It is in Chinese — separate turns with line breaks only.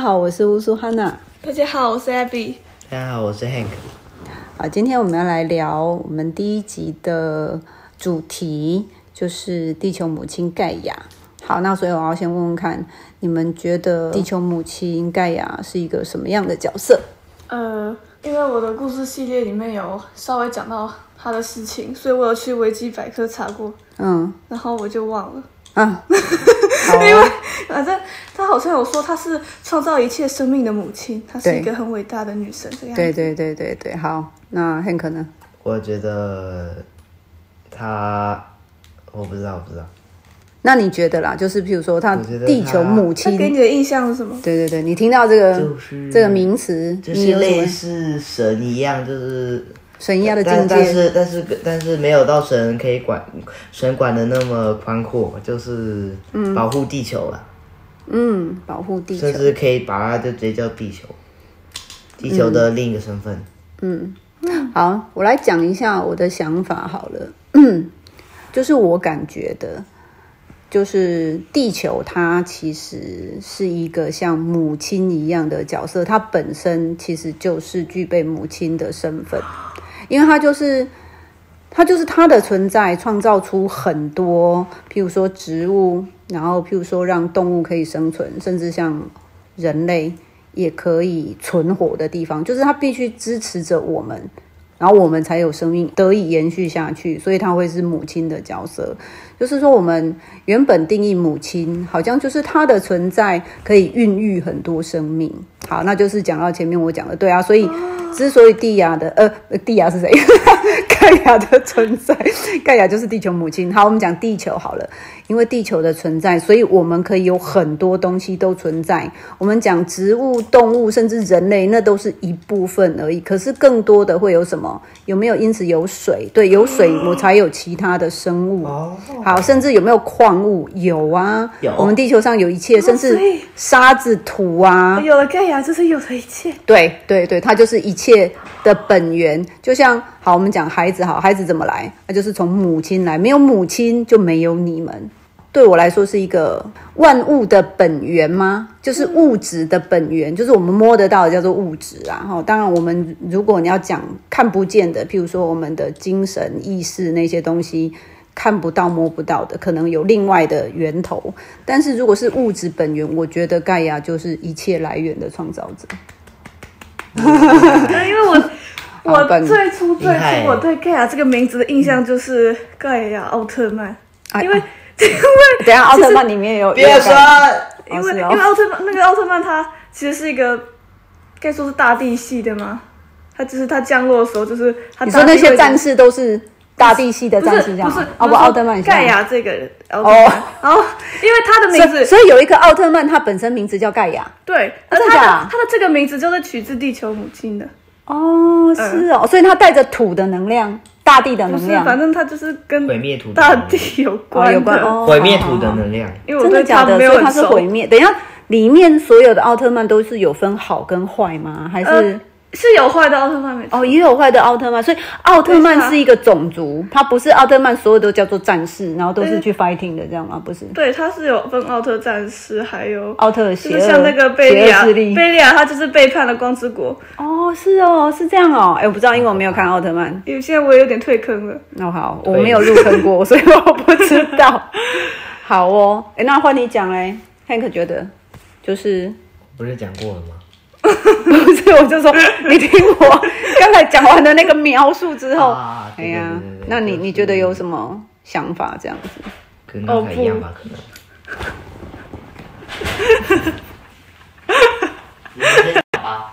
好，我是乌苏哈娜。
大家好，我是 Abby。
大家好，我是 Hank。
好，今天我们要来聊我们第一集的主题，就是地球母亲盖亚。好，那所以我要先问问看，你们觉得地球母亲盖亚是一个什么样的角色？
呃，因为我的故事系列里面有稍微讲到他的事情，所以我有去维基百科查过，
嗯
然后我就忘了。
啊，好哦、
啊
反正他好像有说她是创造一切生命的母亲，她是
对
一个很伟大的女神这 样。
对，对对对对，好，那 Hank 呢？
我觉得他，我不知道，我不知道。
那你觉得啦，就是譬如说他
我觉得
地球
他
母
她
亲，
给你的印象是什么？
对对对，你听到这个、
就是
这个名词，
就
你
是
有什
类
么
似神一样，就是
神一样的境
但但
界？
是但是但是没有到神可以管神管的那么宽阔，就是保护地球了，
嗯，保护嗯地球
甚。至可以把它就直接叫地球，地
嗯
球的另一个身份。
好，我来讲一下我的想法好了， 就是我感觉的，就是地球它其实是一个像母亲一样的角色，它本身其实就是具备母亲的身份，因为它就是。它就是它的存在，创造出很多，譬如说植物，然后譬如说让动物可以生存，甚至像人类也可以存活的地方，就是它必须支持着我们，然后我们才有生命得以延续下去，所以它会是母亲的角色。就是说，我们原本定义母亲，好像就是她的存在可以孕育很多生命。好，那就是讲到前面我讲的，对啊，所以之所以蒂亚的呃，蒂亚是谁？ 盖亚的存在，盖亚就是地球母亲。好，我们讲地球好了，因为地球的存在，所以我们可以有很多东西都存在。我们讲植物、动物，甚至人类，那都是一部分而已。可是更多的会有什么？有没有因此有水？对，有水我才有其他的生物。好，甚至有没有矿物？有啊，
有
我们地球上有一切，甚至
所以
沙子、土啊，
有了盖亚，就是有了一切。
对对对，它就是一切的本源。就像好，我们讲孩子好，孩子怎么来？那就是从母亲来，没有母亲就没有你们。对我来说是一个万物的本源吗？就是物质的本源，就是我们摸得到的叫做物质啊。哈，当然我们如果你要讲看不见的，譬如说我们的精神意识那些东西，看不到摸不到的，可能有另外的源头。但是如果是物质本源，我觉得盖亚就是一切来源的创造者。
因为我。
好
我
笨
最初最
厉害
初我对盖亚这个名字的印象就是盖亚奥特曼，
哎
因为
啊
因为
等一下，奥特曼里面也有。
不要说，
啊因
哦
为、
是哦
因为奥特曼那个奥特曼他其实是一个，该说是大地系的吗？他就是他降落的时候，就是他
你
大
说
地
那些
会
战士都是大地系的
不
战士，
是
这
不
样
是
吗哦不，
我是说
奥特曼也是这样
盖亚这个人奥特曼，
哦
然后因为他的名
所以
字
所以有一个奥特曼，他本身名字叫盖亚。
对，而
真的
他
假的
的他的这个名字就是取自地球母亲的，嗯
哦，是哦，所以他带着土的能量，大地的
不
能
是，
量，
反正他就是跟
毁灭土地
大地有
哦
关
有关
的，
哦，
毁灭土
好
的
好好
能量。
因为我
真
对
的假
他
的？
没有
所以他
很
是
熟。
毁灭。等一下，里面所有的奥特曼都是有分好跟坏吗？还是
呃？是有坏的奥特曼没错，
哦，也有坏的奥特曼，所以奥特曼
对啊
是一个种族，它不是奥特曼所有都叫做战士，然后都是
对
去 fighting 的，这样吗？不是，
对，他是有分奥特战士，还有
奥特
就
哦邪
是
恶，
像那个贝利
邪恶
亚，
势力
贝利亚他就是背叛了光之国，
哦，是哦，是这样哦。哎，我不知道，因为我没有看奥特曼。
因为现在我也有点退坑了。
那好，我没有入坑过，所以我不知道。 好哦，哎，那换你讲嘞，Hank 觉得就是
不是讲过了吗？
不是？我就说你听我刚才讲完的那个描述之后，
啊
哎
对
呀
对对，对
那你
就是
你觉得有什么想法？这样子，
跟刚才一样吧，可能。 你先讲吧